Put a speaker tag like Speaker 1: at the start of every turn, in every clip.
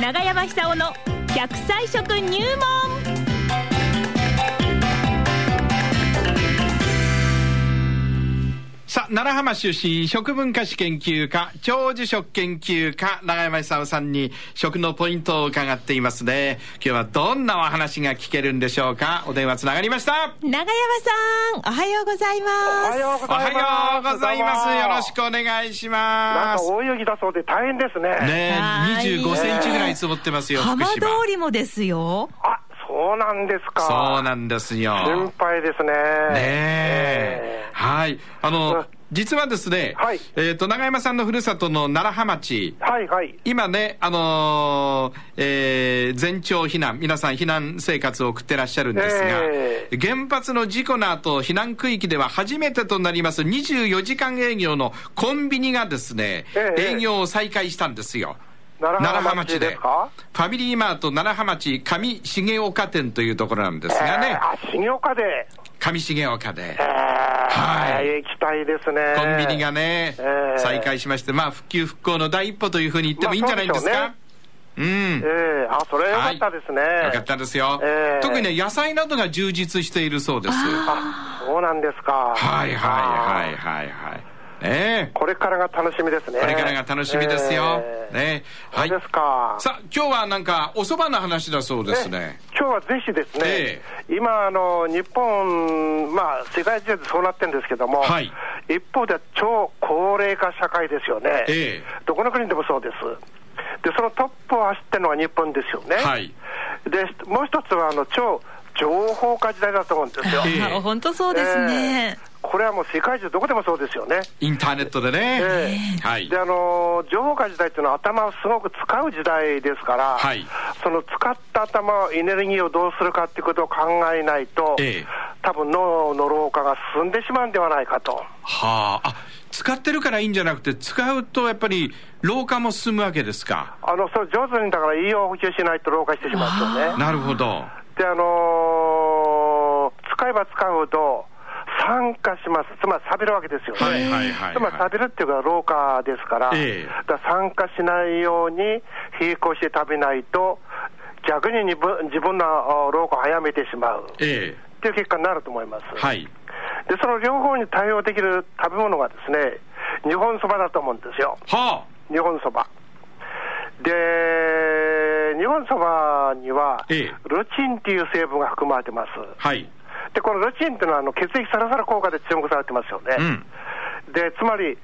Speaker 1: 長山久夫の100歳食入門
Speaker 2: さあ、奈良浜出身、食文化史研究家、長寿食研究家、永山久夫さんに食のポイントを伺っていますね。今日はどんなお話が聞けるんでしょうかお電話つながりました。
Speaker 3: 長山さん、おはようござい
Speaker 4: お
Speaker 3: ま
Speaker 4: は
Speaker 3: す。
Speaker 4: ようご
Speaker 2: お
Speaker 4: ざ
Speaker 2: はい
Speaker 4: ます。
Speaker 2: ようございます。よろし
Speaker 4: く。
Speaker 2: くお願いし
Speaker 4: な
Speaker 2: ま
Speaker 4: んか
Speaker 2: す。
Speaker 4: 大雪だそうで大変ですね。
Speaker 2: ね
Speaker 3: は
Speaker 2: え、
Speaker 3: い
Speaker 2: 25センチぐらい積もってますよ、福
Speaker 3: 浜通
Speaker 2: 島。
Speaker 3: りもですよ。
Speaker 4: あ、そうなんですか。
Speaker 2: そうなんですよ。
Speaker 4: 心配ですね。
Speaker 2: ねえ。はい。あ
Speaker 4: う
Speaker 2: の
Speaker 4: ん、
Speaker 2: 実はですね、
Speaker 4: はい
Speaker 2: えっと、長山さんのふるさとの奈良浜町、
Speaker 4: はいはい。
Speaker 2: 今ね、あのーえー全町避難、皆さん避難生活を送ってらっしゃるんですが、
Speaker 4: え
Speaker 2: 原発の事故の後、避難区域では初めてとなります24時間営業のコンビニがですね、
Speaker 4: ええ
Speaker 2: 営業を再開したんですよ。
Speaker 4: 奈良
Speaker 2: 奈良
Speaker 4: 浜
Speaker 2: 浜
Speaker 4: 町
Speaker 2: 町
Speaker 4: で
Speaker 2: です
Speaker 4: か
Speaker 2: ファミリーマート奈良浜町上重岡店というところなんです
Speaker 4: え
Speaker 2: がね
Speaker 4: ー、あ、重岡で。
Speaker 2: 上重岡で
Speaker 4: えー、
Speaker 2: はい
Speaker 4: 行きたいですね。
Speaker 2: コンビニがね、
Speaker 4: ええ
Speaker 2: 再開しまして、まあ復旧復興の第一歩というふうに言ってもいいんじゃないです
Speaker 4: まあ
Speaker 2: か。うん
Speaker 4: え。えあ、それはよかったですね。
Speaker 2: よかったですよ、
Speaker 4: ええ
Speaker 2: 特にね、野菜などが充実しているそうです。は
Speaker 4: あ、そうなんですか。
Speaker 2: いはいはい
Speaker 4: あー。
Speaker 2: はいはい。ねえ。
Speaker 4: これからが楽しみですね。
Speaker 2: これからが楽しみですよ。
Speaker 4: えー
Speaker 2: ねえ。はい
Speaker 4: そう。ですか。
Speaker 2: さあ、今日はなんか、お蕎麦の話だそうですね。
Speaker 4: 今日はぜひですね、
Speaker 2: え
Speaker 4: 今あの、日本、まあ、世界中でそうなってるんですけども、
Speaker 2: はい
Speaker 4: 一方では超高齢化社会ですよね、
Speaker 2: ええ
Speaker 4: どこの国でもそうです。で、そのトップを走ってるのが日本ですよね。
Speaker 2: はい
Speaker 4: で、もう一つはあの超情報化時代だと思うんですよ。
Speaker 2: ええ
Speaker 3: あ本当そうですね。
Speaker 4: ええこれはもう世界中どこでもそうですよね。
Speaker 2: インターネットでね。
Speaker 4: え
Speaker 2: はい
Speaker 4: で。あの情報化時代っていうのは頭をすごく使う時代ですから、
Speaker 2: はい
Speaker 4: その使った頭をエネルギーをどうするかっていうことを考えないと、
Speaker 2: ええ
Speaker 4: 多分脳の老化が進んでしまうんではないかと。
Speaker 2: はあ。あ、使ってるからいいんじゃなくて、使うとやっぱり、老化も進むわけですか。
Speaker 4: あのそれ上手にだから栄養補給しないと老化してしまうんですよね。
Speaker 2: なるほど。
Speaker 4: で、あのー使えば使うほど酸化します、つまり錆びるわけですよね。
Speaker 2: はいはいはい、
Speaker 4: つまり
Speaker 2: は
Speaker 4: 食べるっていうのは老化ですから、
Speaker 2: ええ
Speaker 4: だから酸化しないように並行して食べないと、逆に自分自分のあ老化を早めてしまう
Speaker 2: い。え
Speaker 4: っていう結果になると思います。
Speaker 2: え。はい。
Speaker 4: で、その両方に対応できる食べ物がですね、日本そばだと思うんですよ。
Speaker 2: はあ。
Speaker 4: 日本そば。で、日本そばには、
Speaker 2: ええ
Speaker 4: ルチンっていう成分が含まれてます。
Speaker 2: はい。
Speaker 4: で、このルチンっていうのはあの血液サラサラ効果で注目されてますよね。
Speaker 2: うん。
Speaker 4: で、つまり、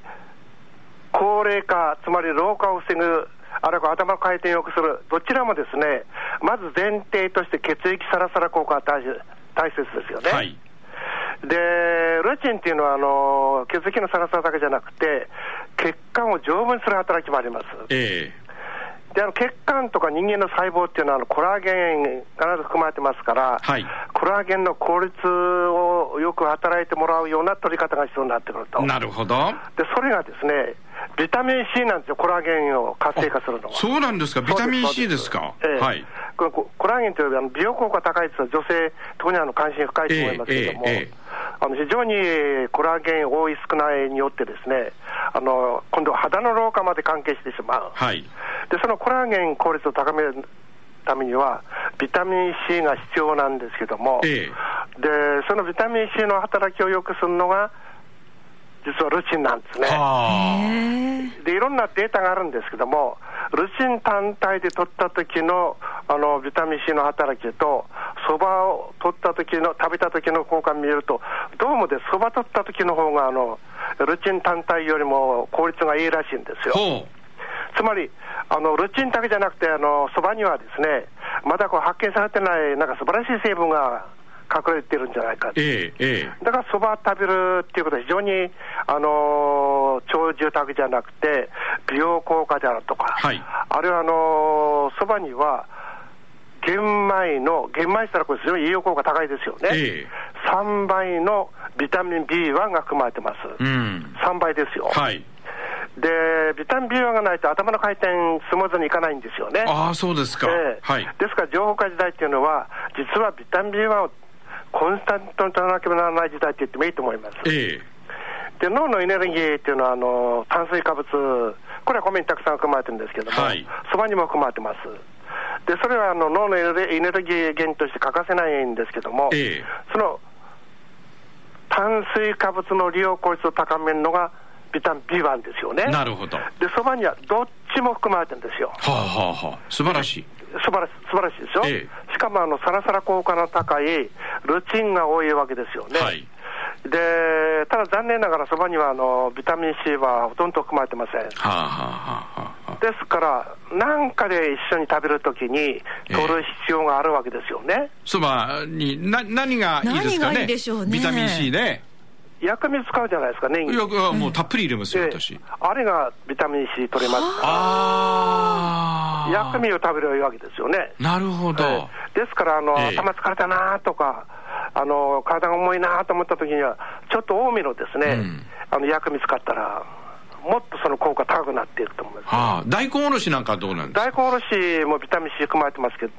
Speaker 4: 高齢化、つまり老化を防ぐ、あるいは頭の回転を良くする、どちらもですね、まず前提として血液サラサラ効果は大事大切ですよね。
Speaker 2: はい。
Speaker 4: で、ルチンっていうのはあの、血液のサラサラだけじゃなくて、血管を丈夫にする働きもあります。
Speaker 2: え
Speaker 4: であの血管とか人間の細胞っていうのはあのコラーゲンが必ず含まれてますから、
Speaker 2: はい
Speaker 4: コラーゲンの効率をよく働いてもらうような取り方が必要になってくると。
Speaker 2: え。なるほど。
Speaker 4: で、それがですね、ビタミン C なんですよ、コラーゲンを活性化するのは。
Speaker 2: そうなんですか。ビタミン C ですか。
Speaker 4: そうええ
Speaker 2: はい。
Speaker 4: このココラーゲンというよりあの美容効果高いですよ、女性、特にあの関心深いと思いますけども、
Speaker 2: ええええええ
Speaker 4: あの非常にコラーゲン多い、少ないによって、ですねあの今度は肌の老化まで関係してしまう、
Speaker 2: はい。
Speaker 4: でそのコラーゲン効率を高めるためには、ビタミン C が必要なんですけども、
Speaker 2: ええ
Speaker 4: でそのビタミン C の働きを良くするのが、実はルチンなんですね。
Speaker 2: はあ。
Speaker 3: え
Speaker 4: で、いろんなデータがあるんですけども、ルチン単体で取った時の、あの、ビタミン C の働きと、そばを取った時の、食べた時の効果を見ると、どうもで、そば取った時の方が、あの、ルチン単体よりも効率がいいらしいんですよ。
Speaker 2: ほ
Speaker 4: つまり、あの、ルチンだけじゃなくて、あの、そばにはですね、まだこう発見されてない、なんか素晴らしい成分が隠れてるんじゃないか
Speaker 2: う。えええ
Speaker 4: だからそば食べるっていうことは非常に、あのー超住宅じゃなくて、美容効果であるとか、
Speaker 2: はい
Speaker 4: あるいはあのーそばには、玄米の、玄米したらこれ非常に栄養効果高いですよね。
Speaker 2: ええ
Speaker 4: 3倍のビタミン B1 が含まれてます。
Speaker 2: え。うん。
Speaker 4: 3倍ですよ。
Speaker 2: はい。
Speaker 4: で、ビタミン B1 がないと頭の回転スムーズにいかないんですよね。
Speaker 2: ああ、そうですか。
Speaker 4: ええ
Speaker 2: はい。
Speaker 4: ですから、情報化時代っていうのは、実はビタミン B1 をコンスタントに取らなければならない時代って言ってもいいと思います。
Speaker 2: ええ。
Speaker 4: で脳のエネルギーっていうのはあの炭水化物これは米にたくさん含まれてるんですけども、
Speaker 2: はい
Speaker 4: そばにも含まれてます。で、それはあの脳のエネルエネルギー源として欠かせないんですけども、
Speaker 2: ええ
Speaker 4: その炭水化物の利用効率を高めるのがビタミン B1 ですよね。
Speaker 2: なるほど。は
Speaker 4: で、そばにはどっちも含まれてるんですよ。
Speaker 2: あ、はあはあ、素晴らしい。
Speaker 4: 素晴らしい、素晴らしいですよ。
Speaker 2: え
Speaker 4: しかも、あの、サラサラ効果の高い、ルチンが多いわけですよね。
Speaker 2: はい
Speaker 4: で、ただ残念ながら、そばには、あの、ビタミン C はほとんど含まれてません。
Speaker 2: はあ、はあはあはあ、
Speaker 4: ですから、なんかで一緒に食べるときに、取る必要があるわけですよね。
Speaker 2: そばにな何がいいですか
Speaker 3: 何
Speaker 2: ね
Speaker 3: がいいでしょうね
Speaker 2: ビタミン C ね
Speaker 4: 薬味使うじゃないですか、ネギ。
Speaker 2: よくあもうたっぷり入れますよ、
Speaker 4: ええ
Speaker 2: 私
Speaker 4: あれがビタミン C 取れますから
Speaker 2: ああ
Speaker 4: 薬味を食べればいいわけですよね。
Speaker 2: なるほど、
Speaker 4: ええですから、あの、
Speaker 2: ええ
Speaker 4: 頭疲れたなとか、あの、体が重いなと思った時には、ちょっと多めのですね、
Speaker 2: うん
Speaker 4: あの、薬味使ったら、もっとその効果高くなっていると思います。
Speaker 2: はあ、大根おろしなんかはどうなんです
Speaker 4: 大
Speaker 2: か
Speaker 4: 根おろしもビタミン C 含まれてますけど、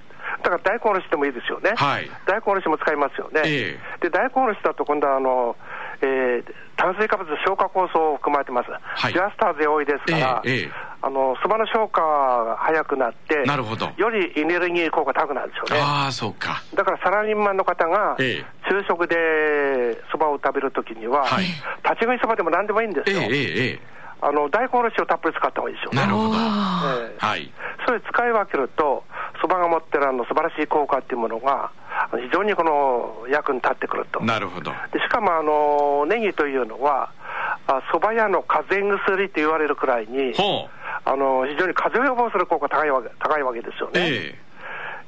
Speaker 4: だから大根おろしでもいいですよね。
Speaker 2: はい
Speaker 4: 大根おろしも使いますよね。
Speaker 2: え
Speaker 4: で、大根おろしだと今度はあの、えー炭水化物消化酵素を含まれてます。
Speaker 2: い
Speaker 4: ジャスターゼ多いですから、
Speaker 2: ええええ
Speaker 4: あの、そばの消化が早くなって、
Speaker 2: なるほど
Speaker 4: よりエネルギー効果高くなるんですよね。
Speaker 2: ああそうか
Speaker 4: だからサラリーマンの方が、
Speaker 2: ええ
Speaker 4: 昼食でそばを食べるときには、
Speaker 2: はい
Speaker 4: 立ち食いそばでも何でもいいんです
Speaker 2: ええ
Speaker 4: よ、
Speaker 2: えええ
Speaker 4: あの大根おろしをたっぷり使った方がいいですよ
Speaker 2: え
Speaker 4: ね
Speaker 2: なるほど
Speaker 4: ええ
Speaker 2: はい
Speaker 4: それ使い分けると、そばが持ってるあの素晴らしい効果っていうものが、あの非常にこの役に立ってくると。
Speaker 2: なるほど
Speaker 4: でしかもあのネギというのは、あ蕎麦屋の風邪薬と言われるくらいに、
Speaker 2: ほう
Speaker 4: あの非常に風邪を予防する効果高いわけ高いわけですよね。
Speaker 2: え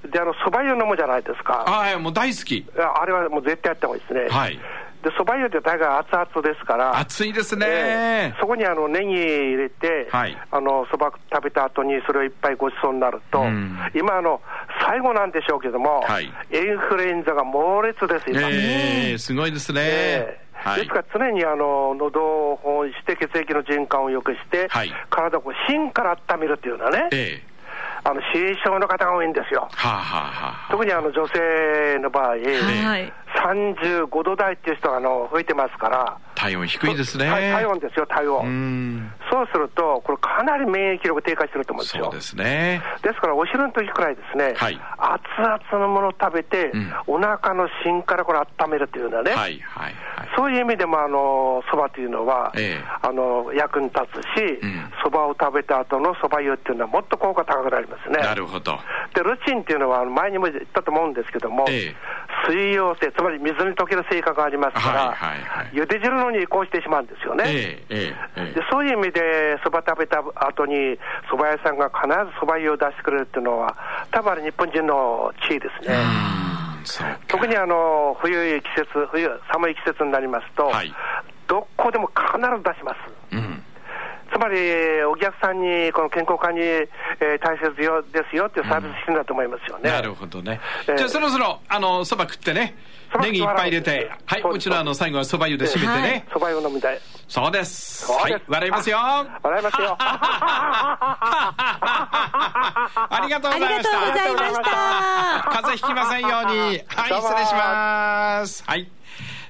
Speaker 2: え
Speaker 4: で、あの蕎麦湯飲むじゃないですか。
Speaker 2: ああもう大好き
Speaker 4: いやあれはもう絶対やった方がいいですね。
Speaker 2: はい
Speaker 4: で、蕎麦湯って大概熱々ですから。
Speaker 2: 熱いですね、
Speaker 4: ええそこにあのネギ入れて、
Speaker 2: はい
Speaker 4: あのそば食べた後にそれをいっぱいごちそうになると、
Speaker 2: うん
Speaker 4: 今あの、最後なんでしょうけども、
Speaker 2: はい
Speaker 4: インフルエンザが猛烈です、今。
Speaker 2: ええすごいですね、
Speaker 4: ええ
Speaker 2: は
Speaker 4: で
Speaker 2: い
Speaker 4: すから常にあの喉を保温して、血液の循環を良くして、
Speaker 2: はい
Speaker 4: 体をこう芯から温めるというのはね、
Speaker 2: ええ
Speaker 4: あの冷え症の方が多いんですよ。
Speaker 2: はあはあはあ
Speaker 4: 特にあの女性の場合、
Speaker 3: はい。
Speaker 4: 35度台っていう人があの増えてますから、
Speaker 2: 体温低いですね
Speaker 4: はい体温ですよ、体
Speaker 2: う
Speaker 4: 温。
Speaker 2: ん
Speaker 4: そうすると、これ、かなり免疫力低下してると思うんです
Speaker 2: そ
Speaker 4: よ。
Speaker 2: うですね
Speaker 4: ですから、お昼の時くらいですね、
Speaker 2: はい
Speaker 4: 熱々のものを食べて、
Speaker 2: うん
Speaker 4: お腹の芯からこれ、温めるというのはね、
Speaker 2: はいはいはい
Speaker 4: そういう意味でも、あのそばというのは、
Speaker 2: ええ
Speaker 4: あの役に立つし
Speaker 2: うん、
Speaker 4: そば、を食べた後のそば湯っていうのは、もっと効果高くなりますね。
Speaker 2: なるほど
Speaker 4: でルチンっていうのは、あの前にも言ったと思うんですけども、
Speaker 2: ええ
Speaker 4: 水溶性、つまり水に溶ける性格がありますから、
Speaker 2: はいはいはい
Speaker 4: 茹で汁のに移行してしまうんですよね。
Speaker 2: ええええええ
Speaker 4: でそういう意味で、そば食べた後に、そば屋さんが必ずそば湯を出してくれるっていうのは、多分あれ日本人の地位ですね。
Speaker 2: うんそうか
Speaker 4: 特にあの冬い季節、冬、寒い季節になりますと、
Speaker 2: はい
Speaker 4: どこでも必ず出します。
Speaker 2: うん
Speaker 4: つまり、お客さんに、この健康管理、えー大切よですよっていうサービスしてるんだと思いますよね。
Speaker 2: なるほどね。
Speaker 4: ええ
Speaker 2: じゃあそろそろ、あの、そば食ってね
Speaker 4: そ。ば
Speaker 2: ネギいっぱい入れて
Speaker 4: 食わな。
Speaker 2: は
Speaker 4: い
Speaker 2: い、
Speaker 4: そうです
Speaker 2: もちろんあの、最後はそば湯で締めてね。
Speaker 4: そば湯を飲みたい。
Speaker 2: そうです。
Speaker 4: そう
Speaker 2: は
Speaker 4: です
Speaker 2: い、笑いますよ。
Speaker 4: 笑いますよ。
Speaker 2: ありがとう
Speaker 3: あ
Speaker 2: ご
Speaker 3: り
Speaker 2: ざい
Speaker 3: がと
Speaker 2: ま
Speaker 3: う
Speaker 2: した
Speaker 3: ご。ざいました。
Speaker 2: 風邪ひきませんように。はい、
Speaker 4: どうも
Speaker 2: 失礼します。はい。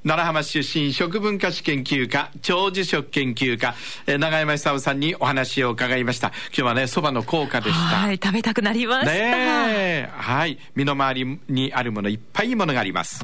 Speaker 2: 奈良浜市出身食文化史研究家、長寿食研究家、えー永山久夫さんにお話を伺いました。今日はね、蕎麦の効果でした。
Speaker 3: はい、食べたくなりました。
Speaker 2: ねえ。はい。身の回りにあるもの、いっぱいいいものがあります。